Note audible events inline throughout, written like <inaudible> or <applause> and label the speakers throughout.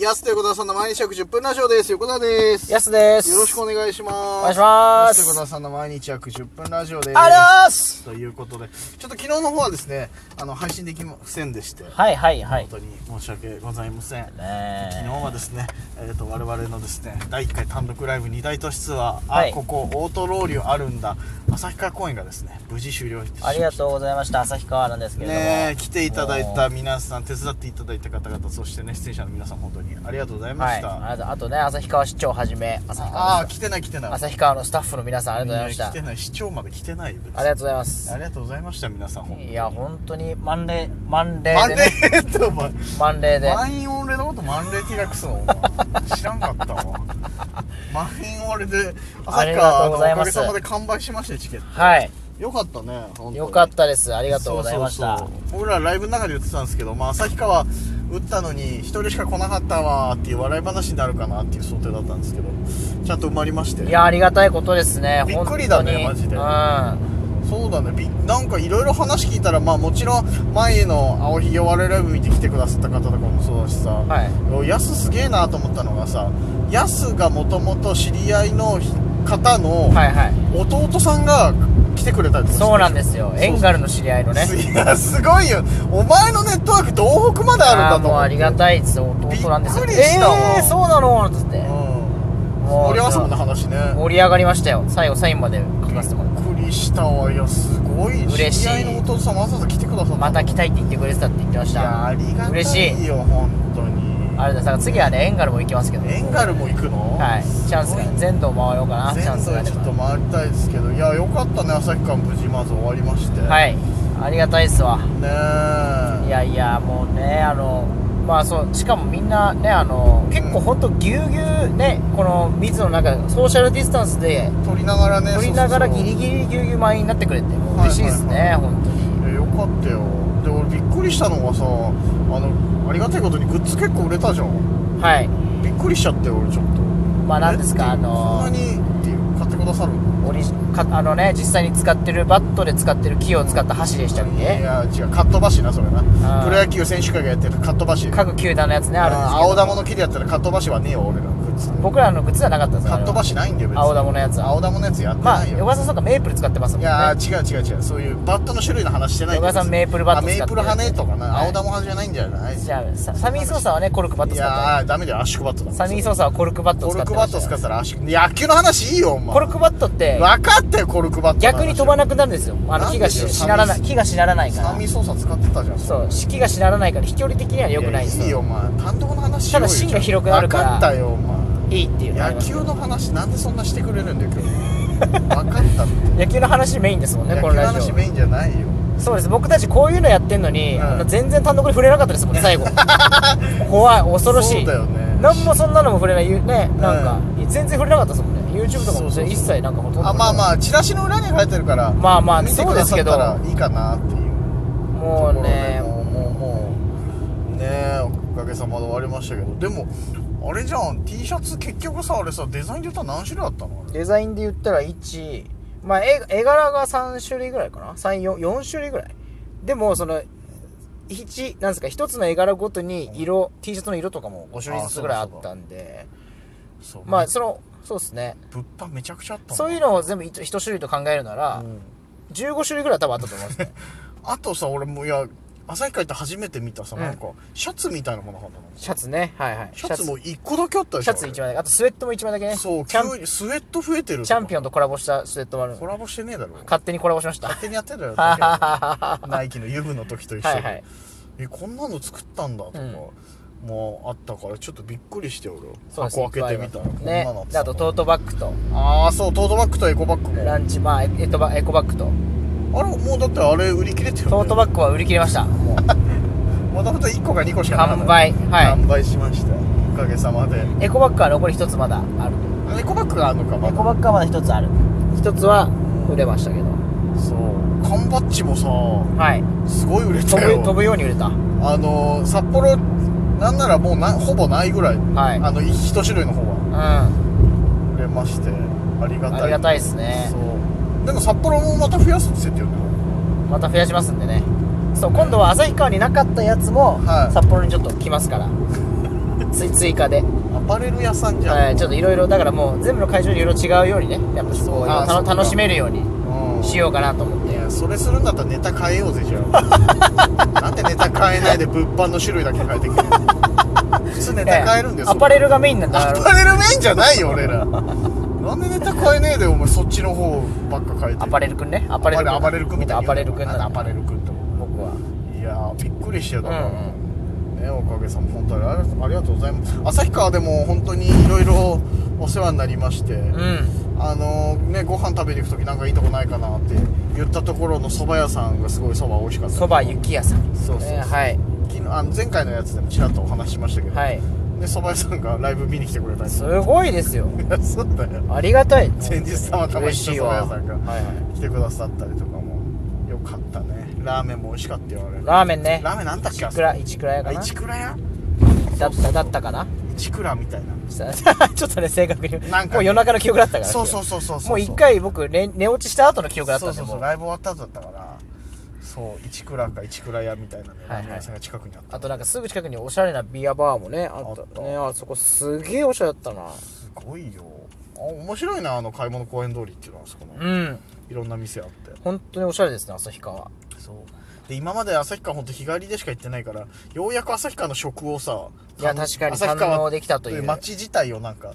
Speaker 1: やすと横田さんの毎日約10分ラジオです。横田です。
Speaker 2: やすです。
Speaker 1: よろしくお
Speaker 2: お
Speaker 1: 願いします。お
Speaker 2: 願いしま
Speaker 1: 横
Speaker 2: す。
Speaker 1: 田さんの毎日約10分ラジオです。
Speaker 2: ありがとうございます。
Speaker 1: ということで、ちょっと昨日の方はですね、あの配信できませんでして、
Speaker 2: はいはいはい
Speaker 1: 本。当に申し訳ございません。
Speaker 2: ね
Speaker 1: 昨日はですね、えー、と我々のですね第1回単独ライブ2大都市ツアー、
Speaker 2: はい
Speaker 1: あここオートローリュあるんだ旭川公演がですね無事終了し
Speaker 2: ありがとうございました。旭川なんですけれども。
Speaker 1: ねえ来ていただいた皆さん手伝っていただいた方々そしてね出演者の皆さん本当にありがとうございま
Speaker 2: は
Speaker 1: し
Speaker 2: い。
Speaker 1: た、
Speaker 2: あとあとね、旭川市長はじめ、旭
Speaker 1: あ
Speaker 2: 川
Speaker 1: あ来てない来てない
Speaker 2: の旭川のスタッフの皆さんありがとうございました。
Speaker 1: 来てない市長まで来てないよ別に
Speaker 2: ありがとうございます
Speaker 1: あ。りがとうございました皆さん本当に
Speaker 2: いや本当に満礼満礼
Speaker 1: 満
Speaker 2: でね。
Speaker 1: 礼ってお前
Speaker 2: 満礼で。
Speaker 1: 満員御礼のこと満礼ティラックスの知らんかったわ満員御礼で
Speaker 2: あ
Speaker 1: 朝
Speaker 2: りがと
Speaker 1: かの
Speaker 2: うご
Speaker 1: お
Speaker 2: ざい
Speaker 1: か
Speaker 2: ま
Speaker 1: げ
Speaker 2: す
Speaker 1: さまで完売しましたよチケッ
Speaker 2: はい。
Speaker 1: トよかったね本当に
Speaker 2: よかったです。ありがとうございまし
Speaker 1: そ
Speaker 2: た
Speaker 1: う。そうそう僕らライブの中で言ってたんですけどまあ旭川打ったのに一人しか来なかったわーっていう笑い話になるかなっていう想定だったんですけどちゃんと埋まりまして
Speaker 2: いやありがたいことですね。
Speaker 1: びっくりだね
Speaker 2: 本当に
Speaker 1: マジで
Speaker 2: うん。
Speaker 1: そうだねびなんかいろいろ話聞いたらまあもちろん前の青ひげお笑いライブ見てきてくださった方とかもそうだしさ、
Speaker 2: はい。
Speaker 1: ヤスすげえなと思ったのがさヤスがもともと知り合いの方の
Speaker 2: はいはい。
Speaker 1: 弟さんが来てくれたんです
Speaker 2: そうなんですよ。エンガルの知り合いのね。
Speaker 1: す <laughs> いやすごいよお前のネットワーク東北まであるんだと
Speaker 2: もう
Speaker 1: 思
Speaker 2: あ
Speaker 1: って
Speaker 2: りがたいです弟なんですよ
Speaker 1: びっくりしたわ
Speaker 2: えー、そうなのなんつって
Speaker 1: うん
Speaker 2: もう
Speaker 1: 盛り合わせもんな話ね
Speaker 2: 盛り上がりましたよ最後サインまで書かせてもらっ
Speaker 1: びっくりしたわいやすごい
Speaker 2: 嬉し
Speaker 1: 知
Speaker 2: い
Speaker 1: り合いの弟さんわざわざ来てくださ
Speaker 2: た
Speaker 1: った
Speaker 2: また来たいって言ってくれてたって言ってまし
Speaker 1: いや
Speaker 2: た
Speaker 1: ありがた
Speaker 2: 嬉し
Speaker 1: い
Speaker 2: い
Speaker 1: よ本当に
Speaker 2: あれだから次はねエンガルも行きますけど
Speaker 1: エンガルも行くの
Speaker 2: はいチャンスが全土回ろうかなチャンス
Speaker 1: 全部
Speaker 2: があれ
Speaker 1: ちょっと
Speaker 2: ば
Speaker 1: 回りたいですけどいやよかったね旭川無事まず終わりましてい
Speaker 2: はいありがたいっすわ
Speaker 1: ね
Speaker 2: い
Speaker 1: え
Speaker 2: やいやもうねあのまあそうしかもみんなねあの結構ほんとぎゅうぎゅうねこの密の中ソーシャルディスタンスで
Speaker 1: 撮りながらね
Speaker 2: 取りながらギリ
Speaker 1: ギ
Speaker 2: ギリぎゅうぎゅう満員になってくれてもう嬉しいですね、
Speaker 1: はいはい
Speaker 2: 本当に
Speaker 1: リよかったよで俺びっくりしたのがさあのありがたいことにグッズ結構売れたじゃん
Speaker 2: はい
Speaker 1: びっくりしちゃって俺ちょっと
Speaker 2: まあ何ですかあの
Speaker 1: えっていうこんなにっていう買ってくださるの
Speaker 2: オリジかあのね実際に使ってるバットで使ってる木を使った箸でしたっ
Speaker 1: い
Speaker 2: け
Speaker 1: や違うカットバシなそれな
Speaker 2: あー
Speaker 1: プロ野球選手会がやってるカットバシ
Speaker 2: 各球団のやつねあるんですけど
Speaker 1: 青玉の木でやったらカットバシはねえよ俺らのグッズ
Speaker 2: 僕らのグッズはなかったんです
Speaker 1: カ
Speaker 2: よ
Speaker 1: ットバシないんだよ別に
Speaker 2: 青玉のやつは
Speaker 1: 青玉のやつやって
Speaker 2: ま
Speaker 1: な
Speaker 2: あ
Speaker 1: いよ、
Speaker 2: 横川さんそうかメープル使ってますも
Speaker 1: い
Speaker 2: んね
Speaker 1: やー違う違う違うそういうバットの種類の話してない
Speaker 2: 小川さんメープルバット
Speaker 1: あ
Speaker 2: 使って
Speaker 1: メープル派ねとかな、
Speaker 2: はい
Speaker 1: 青玉派じゃないんじゃない
Speaker 2: じゃあササミーソーサーはねコルクバット
Speaker 1: い
Speaker 2: 使って
Speaker 1: やーダメだよ圧縮バットだ
Speaker 2: ま
Speaker 1: もん
Speaker 2: すサミーソーサーはコルクバット
Speaker 1: コ
Speaker 2: 使
Speaker 1: ル
Speaker 2: って
Speaker 1: ク
Speaker 2: ま
Speaker 1: バ
Speaker 2: し
Speaker 1: ッ
Speaker 2: た
Speaker 1: ト
Speaker 2: よ
Speaker 1: 使ってたら圧縮野球の話いいよお前
Speaker 2: コルクバットって
Speaker 1: 分かったよコルクバット
Speaker 2: 逆に飛ば
Speaker 1: ない
Speaker 2: なくなるんですよあの木がし
Speaker 1: なんでよ
Speaker 2: しならない木がしならないか
Speaker 1: サ
Speaker 2: ら
Speaker 1: ミ操作使ってたじゃん
Speaker 2: そう木がしならないから飛距離的には良くないんです
Speaker 1: やいいよ
Speaker 2: よ
Speaker 1: お前単独の話しようよ
Speaker 2: ただ芯が広くなるから
Speaker 1: 分かったよお前
Speaker 2: いいっていうのがあ
Speaker 1: 野
Speaker 2: ります
Speaker 1: 球の話なんでそんなしてくれるんだよ今日分かったって
Speaker 2: 野球の話メインですもんね
Speaker 1: 野
Speaker 2: こ
Speaker 1: 球
Speaker 2: の
Speaker 1: の
Speaker 2: ラジ
Speaker 1: 話
Speaker 2: オ
Speaker 1: メインじゃないよ
Speaker 2: そうです僕たちこういうのやってんのに、
Speaker 1: うん
Speaker 2: あの全然単独で触れなかったですもんね最
Speaker 1: <laughs>
Speaker 2: 後怖い恐ろし
Speaker 1: そう
Speaker 2: い
Speaker 1: だよね
Speaker 2: 何もそんなのも触れないゆねなんか、
Speaker 1: う
Speaker 2: 全然触れなかったですもんね YouTube とか
Speaker 1: そう
Speaker 2: も
Speaker 1: そうそう
Speaker 2: 一切なんかほとんど
Speaker 1: あまあまあチラシの裏に書いてるから
Speaker 2: まあまあ
Speaker 1: 見てくださったら
Speaker 2: そう
Speaker 1: いいかなっていう
Speaker 2: もうね
Speaker 1: もうもうもうねえおかげさまで終わりましたけどでもあれじゃん T シャツ結局さあれさデザインで言ったら何種類あったのあれ
Speaker 2: デザインで言ったら1まあ絵絵柄が3種類ぐらいかな34種類ぐらいでもその1なんですか1つの絵柄ごとに色、T シャツの色とかも5種類ずつぐらいあったんで
Speaker 1: そう
Speaker 2: まあそのそうですね
Speaker 1: 物販めちゃくちゃあった
Speaker 2: そういう
Speaker 1: の、
Speaker 2: のを全部一一種類と考えるなら、
Speaker 1: うん
Speaker 2: 15種類ぐらい多分あったと思うん
Speaker 1: <laughs>
Speaker 2: ですね
Speaker 1: あとさ俺もいや朝日会って初めて見たさ
Speaker 2: うん
Speaker 1: なんかシャツみたいなものなかったの
Speaker 2: シャツねはいはい
Speaker 1: シャツも1個だけあったでし
Speaker 2: シ
Speaker 1: ょ
Speaker 2: ャツ
Speaker 1: あれ
Speaker 2: 1枚だけあとスウェットも1枚だけね
Speaker 1: そう
Speaker 2: チャン
Speaker 1: 急にスウェット増えてる
Speaker 2: チャンピ
Speaker 1: オ
Speaker 2: オンとコラボしたスウェットもある
Speaker 1: コラボしてねえだろ勝
Speaker 2: 勝手にコラボしましたは
Speaker 1: 手にやってたよ
Speaker 2: ははは
Speaker 1: ナイキのユブの時と一緒
Speaker 2: は
Speaker 1: で
Speaker 2: いはい
Speaker 1: えこんなの作ったんだとか、
Speaker 2: うん
Speaker 1: もうあったからちょっとびっくりして俺
Speaker 2: そうです
Speaker 1: 箱開けてみたらこんな
Speaker 2: ね
Speaker 1: のあって
Speaker 2: で
Speaker 1: た
Speaker 2: あとトートバッグと
Speaker 1: ああそうトートバッグとエコバッグも
Speaker 2: ランチまあエエトバエコバッグと
Speaker 1: あれもうだってあれ売り切れてる
Speaker 2: トートバッグは売り切れましたもう
Speaker 1: またまた1個か2個しかなかった
Speaker 2: 完売は
Speaker 1: 完売しましたおかげさまで
Speaker 2: いエコバッグは残り1つまだある
Speaker 1: エコバッグがあるのかま
Speaker 2: エコ
Speaker 1: だ
Speaker 2: バッグはまだ1つある1つは売れましたけど
Speaker 1: そう缶バッジもさ
Speaker 2: はい
Speaker 1: すごい売れ
Speaker 2: 飛
Speaker 1: た
Speaker 2: ぶ飛
Speaker 1: よ
Speaker 2: ぶように売れた
Speaker 1: あのー札幌なんならもうなほぼないぐらい、
Speaker 2: はい
Speaker 1: あの一種類の方は
Speaker 2: うんあ
Speaker 1: 売れましてありがたい
Speaker 2: りがたいですね
Speaker 1: そうでも札幌もまた増やすって言ってるんだよ
Speaker 2: また増やしますんでねそう今度は旭川になかったやつも
Speaker 1: はい <laughs>
Speaker 2: 札幌にちょっと来ますから、つい追加で、
Speaker 1: アパレル屋さんじゃん、
Speaker 2: はい、ちょっといろいろだからもう全部の会場でいろいろ違うようにねやっぱ
Speaker 1: そう
Speaker 2: あ
Speaker 1: あそ
Speaker 2: の
Speaker 1: っか
Speaker 2: 楽しめるように
Speaker 1: うん
Speaker 2: しようかなと思って
Speaker 1: いやそれするんだったらネタ変えようぜじゃあ
Speaker 2: <laughs>
Speaker 1: なんでネタ変えないで物販の種類だけ変えてくるの普通ネタ変えるんですよ
Speaker 2: アパレルがメインなんだ
Speaker 1: アパレルメインじゃないよ俺らなんでネタ変えねえでお前そっちの方ばっか変えて
Speaker 2: アパレルくんねアパレルくん
Speaker 1: アパレルくんみたい
Speaker 2: ア
Speaker 1: な
Speaker 2: パレルくん
Speaker 1: なんでアパレルくんって
Speaker 2: 僕はい
Speaker 1: やーびっくりしてたから、
Speaker 2: うん
Speaker 1: ねおかげさま本当にありありがとうございます旭川でも本当にいろいろお世話になりまして、
Speaker 2: うん
Speaker 1: あのーねご飯食べに行く時なんかいいとこないかなって言ったところの蕎麦屋さんがすごい蕎麦美味しかった
Speaker 2: そばゆき屋さん
Speaker 1: そうそうそう
Speaker 2: ねはい
Speaker 1: 昨日あの前回のやつでもちらっとお話ししましたけど、
Speaker 2: はい
Speaker 1: で蕎麦屋さんがライブ見に来てくれたり
Speaker 2: す
Speaker 1: する
Speaker 2: ごいですよ
Speaker 1: いやそうだよ
Speaker 2: ありがたい
Speaker 1: 前日たまたま
Speaker 2: 嬉
Speaker 1: 一緒
Speaker 2: し
Speaker 1: に蕎麦
Speaker 2: いわ
Speaker 1: 屋さんが
Speaker 2: はいはい
Speaker 1: 来てくださったりとかもよかったねラーメンも美味しかったよあれラ
Speaker 2: ラーメンね
Speaker 1: ーメンなんだっけあ
Speaker 2: いくらいちくらやかな
Speaker 1: 一倉屋
Speaker 2: だっただったかな <laughs>
Speaker 1: 一倉みたいな
Speaker 2: さちょっとね正確に
Speaker 1: なんかね
Speaker 2: もう夜中の記憶だったから
Speaker 1: そうそうそうそうそ
Speaker 2: もう一回僕寝寝落ちした後の記憶だった
Speaker 1: そう
Speaker 2: んで
Speaker 1: そうそう
Speaker 2: もう
Speaker 1: ライブ終わった後だったからそう一倉か一倉屋みたいなね
Speaker 2: は
Speaker 1: ラ
Speaker 2: いはい
Speaker 1: ーメン屋さんが近くにあった、
Speaker 2: あとなんかすぐ近くにおしゃれなビアバーもねあ
Speaker 1: あっ
Speaker 2: った
Speaker 1: た
Speaker 2: ねあそこすげえおしゃれだったな
Speaker 1: すごいよあ面白いなあの買い物公園通りっていうのはあそこの
Speaker 2: うん
Speaker 1: いろんな店あって
Speaker 2: 本当におしゃれですね旭川
Speaker 1: そうで今まで旭川ほんと日帰りでしか行ってないからようやく旭川の食をさ
Speaker 2: いや確かに
Speaker 1: 旭
Speaker 2: 堪
Speaker 1: 川
Speaker 2: 能できたという
Speaker 1: 街自体をなんか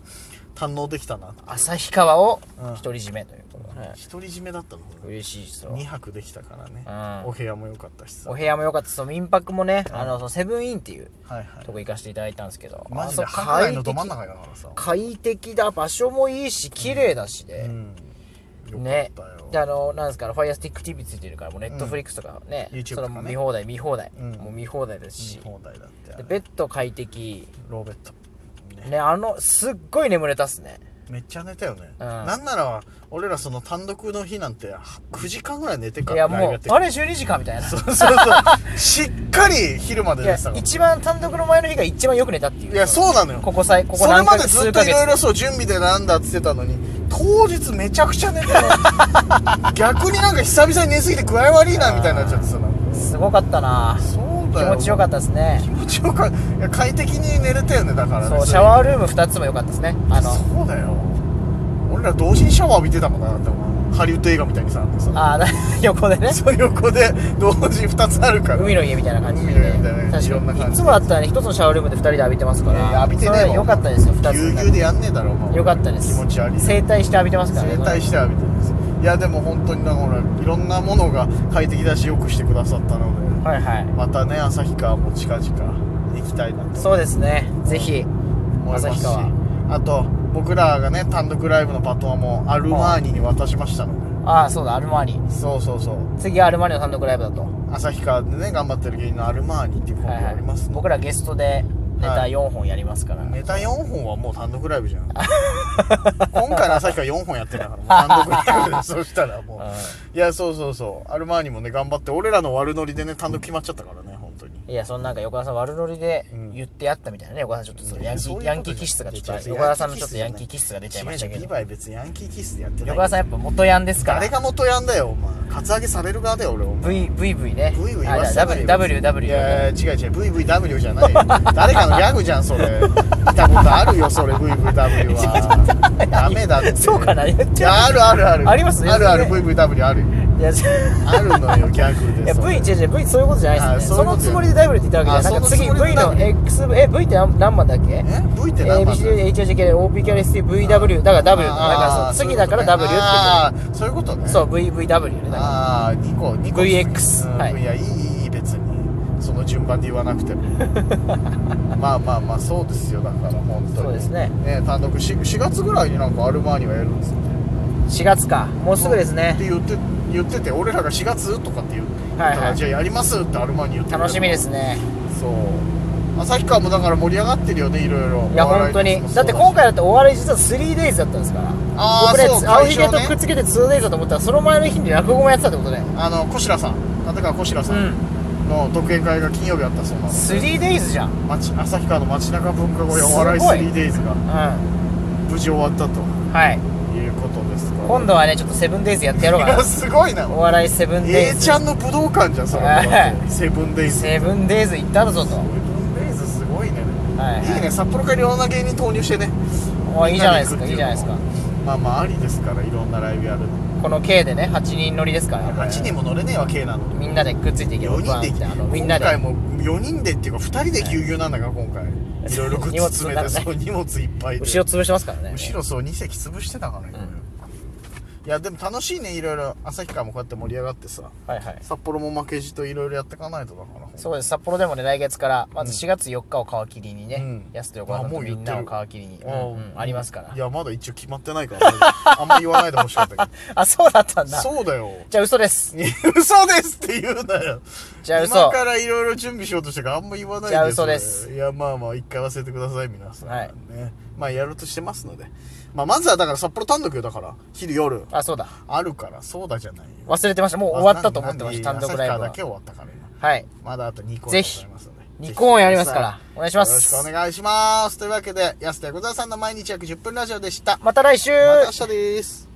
Speaker 1: 堪能できたな
Speaker 2: 旭川を
Speaker 1: うん
Speaker 2: 独り占めということでね
Speaker 1: 独り占めだったの
Speaker 2: 嬉しいですよ
Speaker 1: 2泊できたからね、
Speaker 2: うん
Speaker 1: お部屋も良かったしさ
Speaker 2: お
Speaker 1: はい
Speaker 2: 部屋も良かったその民泊もねあのそのセブンインっていう
Speaker 1: はい
Speaker 2: とこ行かせていただいたんですけど
Speaker 1: マジで
Speaker 2: あそこ
Speaker 1: ハワイのど真ん中だからさ
Speaker 2: 快適だ場所もいいし綺麗だしで、
Speaker 1: うんよ
Speaker 2: ね
Speaker 1: かったよ、
Speaker 2: であのなんですかファイアスティック TV ついてるからもうネットフリックスとかね、
Speaker 1: YouTube
Speaker 2: それ
Speaker 1: と
Speaker 2: も
Speaker 1: かね
Speaker 2: 見放題見放題、
Speaker 1: うん
Speaker 2: もう見放題ですし
Speaker 1: 見放題だってあれ
Speaker 2: でベッド快適
Speaker 1: ローベッドね
Speaker 2: ねあのすっごい眠れたっすね
Speaker 1: めっちゃ寝たよね、
Speaker 2: うん
Speaker 1: なんなら俺らその単独の日なんて9時間ぐらい寝て
Speaker 2: い
Speaker 1: から
Speaker 2: や
Speaker 1: ライブ
Speaker 2: も
Speaker 1: やっ
Speaker 2: う
Speaker 1: て
Speaker 2: あれ12時間みたいな
Speaker 1: <laughs> そうそうそう。しっかり昼まで
Speaker 2: い
Speaker 1: 寝
Speaker 2: や
Speaker 1: てたから。い
Speaker 2: 一番単独の前の日が一番よく寝たっていう
Speaker 1: や、そうなのよ。
Speaker 2: ここさいここ
Speaker 1: それ
Speaker 2: 何
Speaker 1: ま
Speaker 2: ヶ
Speaker 1: でず
Speaker 2: 月
Speaker 1: っ
Speaker 2: 数
Speaker 1: と
Speaker 2: ヶ
Speaker 1: いろい
Speaker 2: 月
Speaker 1: ろそう準備でなんだっつってたのに、当日めちゃくちゃ寝てた。 <laughs> 逆になんか久々に寝すぎて具合悪いなみたいになっちゃってさ。
Speaker 2: すごかったな
Speaker 1: そう
Speaker 2: 気
Speaker 1: だよ。
Speaker 2: 持ちよか
Speaker 1: っ
Speaker 2: ったですね
Speaker 1: た。気持ちよかった。いや、快適に寝れたよね、だからね。
Speaker 2: そうシャワールーム2つも良かったですねあの
Speaker 1: そうだよ。俺ら同時にシャワー浴びてたもんな、だってお前ハリウッド映画みたいにさ、あってさ。
Speaker 2: あ <laughs> 横でね
Speaker 1: そう横で同時に2つあるから。
Speaker 2: 海の家みたいな感じで、
Speaker 1: 海の家みたいなねいろ
Speaker 2: 確
Speaker 1: んな感
Speaker 2: かに
Speaker 1: じ
Speaker 2: いつもだったらね一つのシャワールームで2人で浴びてますか
Speaker 1: いやい
Speaker 2: ら
Speaker 1: や浴びてねえ
Speaker 2: そ
Speaker 1: わ
Speaker 2: れ良かったですよ2つ
Speaker 1: ぎゅうぎゅうでやんねえだろ、お前
Speaker 2: 良かったです
Speaker 1: 気持ち悪い。
Speaker 2: 整体して浴びてますからね
Speaker 1: 整体してはみたいですいやでも本当にだからいろんなものが快適だしよくしてくださったので
Speaker 2: はいはい
Speaker 1: またね旭川も近々行きたいなと
Speaker 2: そうですねぜひ
Speaker 1: 思います
Speaker 2: 旭
Speaker 1: し
Speaker 2: 川
Speaker 1: あと僕らがね単独ライブのバトンもアルマーニに渡しましたの
Speaker 2: ああそうだアルマーニ
Speaker 1: でそうそうそう
Speaker 2: 次はアルマーニの単独ライブだとは
Speaker 1: 旭川でね頑張ってる芸人のアルマーニっていうコンビ
Speaker 2: い
Speaker 1: が
Speaker 2: は
Speaker 1: あり
Speaker 2: い
Speaker 1: ますの
Speaker 2: 僕
Speaker 1: で、
Speaker 2: らゲストでネタ
Speaker 1: はい
Speaker 2: 4本やりますから、
Speaker 1: ネタ4本はもう単独ライブじゃん今回の旭川4本やってたからもう単独ライブでそしたらもう、いやそうそうそうアルマーニもね頑張って俺らの悪ノリでね単独決まっちゃったからね本当に
Speaker 2: いやそのなんか横田さん悪ノリで
Speaker 1: うん
Speaker 2: 言ってやったみたいなね、横田さんちょっとそのヤンキ
Speaker 1: そういうこ
Speaker 2: ー
Speaker 1: と
Speaker 2: ヤンキー気質がちょっ
Speaker 1: 違う
Speaker 2: と
Speaker 1: 違う
Speaker 2: 横田さんのちょっとヤンキー気質が出ちゃいましたけ
Speaker 1: 違う違うビ
Speaker 2: ど
Speaker 1: バイ別にヤンキーキスでやってない
Speaker 2: 横田さんやっぱ元ヤンですから
Speaker 1: 誰が元ヤンだよお前カツアゲされる側だよ俺お前
Speaker 2: V VV ね
Speaker 1: ブイブイ言
Speaker 2: あ
Speaker 1: わ
Speaker 2: じ
Speaker 1: せ
Speaker 2: ゃあ
Speaker 1: ない
Speaker 2: W
Speaker 1: よ
Speaker 2: W W
Speaker 1: いやいや違う違う VVW じゃないよ誰かのギャグじゃんそれ見たことあるよそれ VVW はダメだって
Speaker 2: そうかな言っ
Speaker 1: い
Speaker 2: ち
Speaker 1: や
Speaker 2: ゃ
Speaker 1: あ
Speaker 2: う
Speaker 1: るあるある
Speaker 2: ありますね
Speaker 1: あるある
Speaker 2: それ
Speaker 1: VVW あるよ
Speaker 2: いやそう
Speaker 1: あるの
Speaker 2: <laughs>
Speaker 1: よギャグ
Speaker 2: い
Speaker 1: で
Speaker 2: や
Speaker 1: そ
Speaker 2: V
Speaker 1: れ
Speaker 2: 違う違う V そういうことじゃないです
Speaker 1: あそ
Speaker 2: ねそ
Speaker 1: ういう
Speaker 2: の
Speaker 1: こと
Speaker 2: つもりで W って言ったわけじゃないなんか次
Speaker 1: あそのつもり
Speaker 2: V
Speaker 1: で W
Speaker 2: の X え V って何何番だっけ
Speaker 1: え V って何番だ
Speaker 2: ABCDHHKLOPQLSTVW だから W だからその次だから W って
Speaker 1: っ
Speaker 2: こ
Speaker 1: てそういうことね
Speaker 2: とそう VVW ねだから
Speaker 1: ああ2個2個
Speaker 2: VX
Speaker 1: うん
Speaker 2: はい
Speaker 1: いやいいいい別にその順番で言わなく
Speaker 2: <laughs>
Speaker 1: てもまあまあまあそうですよだから本当に
Speaker 2: そうですね
Speaker 1: 単独 4, 月ぐらいになんかアルマーニはやるんですよ
Speaker 2: 4月かもうすぐです
Speaker 1: っ
Speaker 2: ね
Speaker 1: て言って言ってて俺らが4月とかって言う、
Speaker 2: はいはい
Speaker 1: だからじゃあやりますってアルマーニ言ってくれる
Speaker 2: 楽しみですね
Speaker 1: そう旭川もだから盛り上がってるよねいろいろ
Speaker 2: いや本当にだって今回だってお笑い実は 3days だったんですから
Speaker 1: あー
Speaker 2: 僕ね
Speaker 1: そう
Speaker 2: 青ひげと
Speaker 1: 会場ね
Speaker 2: くっつけて 2days だと思ったらその前の日に落語もやってたってことね
Speaker 1: あの小白さん立川小白
Speaker 2: う
Speaker 1: さん
Speaker 2: ん
Speaker 1: の独演会が金曜日あったそうなので
Speaker 2: 3days じゃんうん
Speaker 1: 町旭川の街中文化小屋お笑い
Speaker 2: すごい
Speaker 1: 3days が
Speaker 2: は
Speaker 1: 無事終わったと
Speaker 2: い
Speaker 1: いうことですから
Speaker 2: 今度はねちょっと 7days やってやろう
Speaker 1: い
Speaker 2: か
Speaker 1: や
Speaker 2: な
Speaker 1: すごいな
Speaker 2: お笑い 7days
Speaker 1: A ちゃんの武道館じゃんそれ
Speaker 2: はい
Speaker 1: セブンデイズセ
Speaker 2: セブンデイズ行ったんだぞと
Speaker 1: ブンデイズすごいね
Speaker 2: はい
Speaker 1: いね札幌からいろんな芸人投入してね
Speaker 2: おいいじゃないですかいいじゃないですか
Speaker 1: まあまあありですからいろんなライブやるの
Speaker 2: この K でね8人乗りですからこれ
Speaker 1: 8人も乗れねえわけなのに
Speaker 2: みんなでくっついていけば
Speaker 1: 4人で
Speaker 2: バーンってあのみんな
Speaker 1: 今
Speaker 2: で
Speaker 1: 回も4人でっていうか2人でぎゅうぎゅうなんだから今回いろいろグッズ詰めて
Speaker 2: 荷物
Speaker 1: そう荷物いっぱいで
Speaker 2: 後ろ潰してますからね
Speaker 1: 後ろそう2席潰してたからね、いやでも楽しいねいろいろ旭川もこうやって盛り上がってさ
Speaker 2: はいはい
Speaker 1: 札幌も負けじといろいろやっていかないとだから
Speaker 2: そうです札幌でもね来月からまず4月4日を皮切りにね、
Speaker 1: うん
Speaker 2: 安と横浜
Speaker 1: あも
Speaker 2: と
Speaker 1: う
Speaker 2: み
Speaker 1: 言って
Speaker 2: ん
Speaker 1: る
Speaker 2: なを皮切りに、うんうんありますから
Speaker 1: いやまだ一応決まってないからねあんま言わないでほしかったけ
Speaker 2: <laughs> あそうだったん
Speaker 1: ど
Speaker 2: だ
Speaker 1: そうだよ <laughs>
Speaker 2: じゃあ嘘です
Speaker 1: 嘘ですって言うなよ
Speaker 2: じゃあ嘘
Speaker 1: 今からいろいろ準備しようとしたからあんま言わないで
Speaker 2: じゃあ嘘です
Speaker 1: それいやまあまあ一回忘れてください皆さん、
Speaker 2: はい
Speaker 1: ね、まあやろうとしてますので、まあ、まずはだから札幌単独よだから昼夜
Speaker 2: あそうだ
Speaker 1: あるからそうだじゃないよ
Speaker 2: 忘れてましたもう終わったと思ってました単独ライ
Speaker 1: ブ
Speaker 2: ブ
Speaker 1: だ
Speaker 2: は
Speaker 1: け終わったから今
Speaker 2: はい
Speaker 1: まだあと2個
Speaker 2: ぜひ
Speaker 1: ますので
Speaker 2: 2公演ありますからお願いし
Speaker 1: よ
Speaker 2: ま
Speaker 1: ろ
Speaker 2: す
Speaker 1: しくお願いしますというわけで安田横澤さんの毎日約10分ラジオでしたま
Speaker 2: また来週
Speaker 1: た明日です